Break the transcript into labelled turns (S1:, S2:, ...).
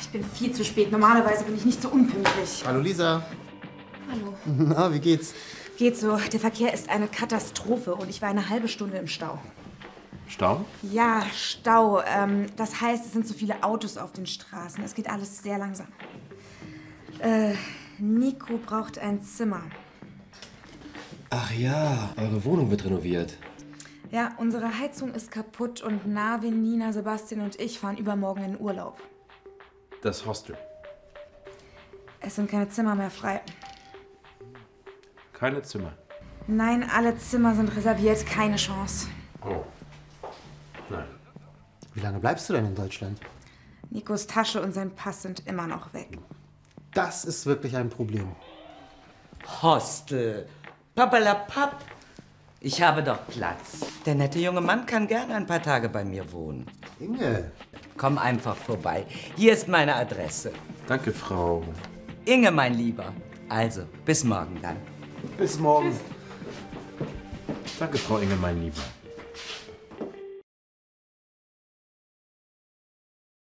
S1: Ich bin viel zu spät. Normalerweise bin ich nicht so unpünktlich.
S2: Hallo Lisa.
S1: Hallo.
S2: Na, wie geht's?
S1: Geht so. Der Verkehr ist eine Katastrophe und ich war eine halbe Stunde im Stau.
S3: Stau?
S1: Ja, Stau. Ähm, das heißt, es sind so viele Autos auf den Straßen. Es geht alles sehr langsam. Äh, Nico braucht ein Zimmer.
S3: Ach ja, eure Wohnung wird renoviert.
S1: Ja, unsere Heizung ist kaputt und Narvin, Nina, Sebastian und ich fahren übermorgen in Urlaub.
S3: Das Hostel.
S1: Es sind keine Zimmer mehr frei.
S3: Keine Zimmer.
S1: Nein, alle Zimmer sind reserviert. Keine Chance.
S3: Oh. Nein.
S2: Wie lange bleibst du denn in Deutschland?
S1: Nikos Tasche und sein Pass sind immer noch weg.
S2: Das ist wirklich ein Problem.
S4: Hostel. Pappalapapp. Ich habe doch Platz. Der nette junge Mann kann gerne ein paar Tage bei mir wohnen.
S2: Inge,
S4: Komm einfach vorbei. Hier ist meine Adresse.
S3: Danke, Frau.
S4: Inge, mein Lieber. Also, bis morgen dann.
S2: bis morgen.
S3: Danke, Frau Inge, mein Lieber.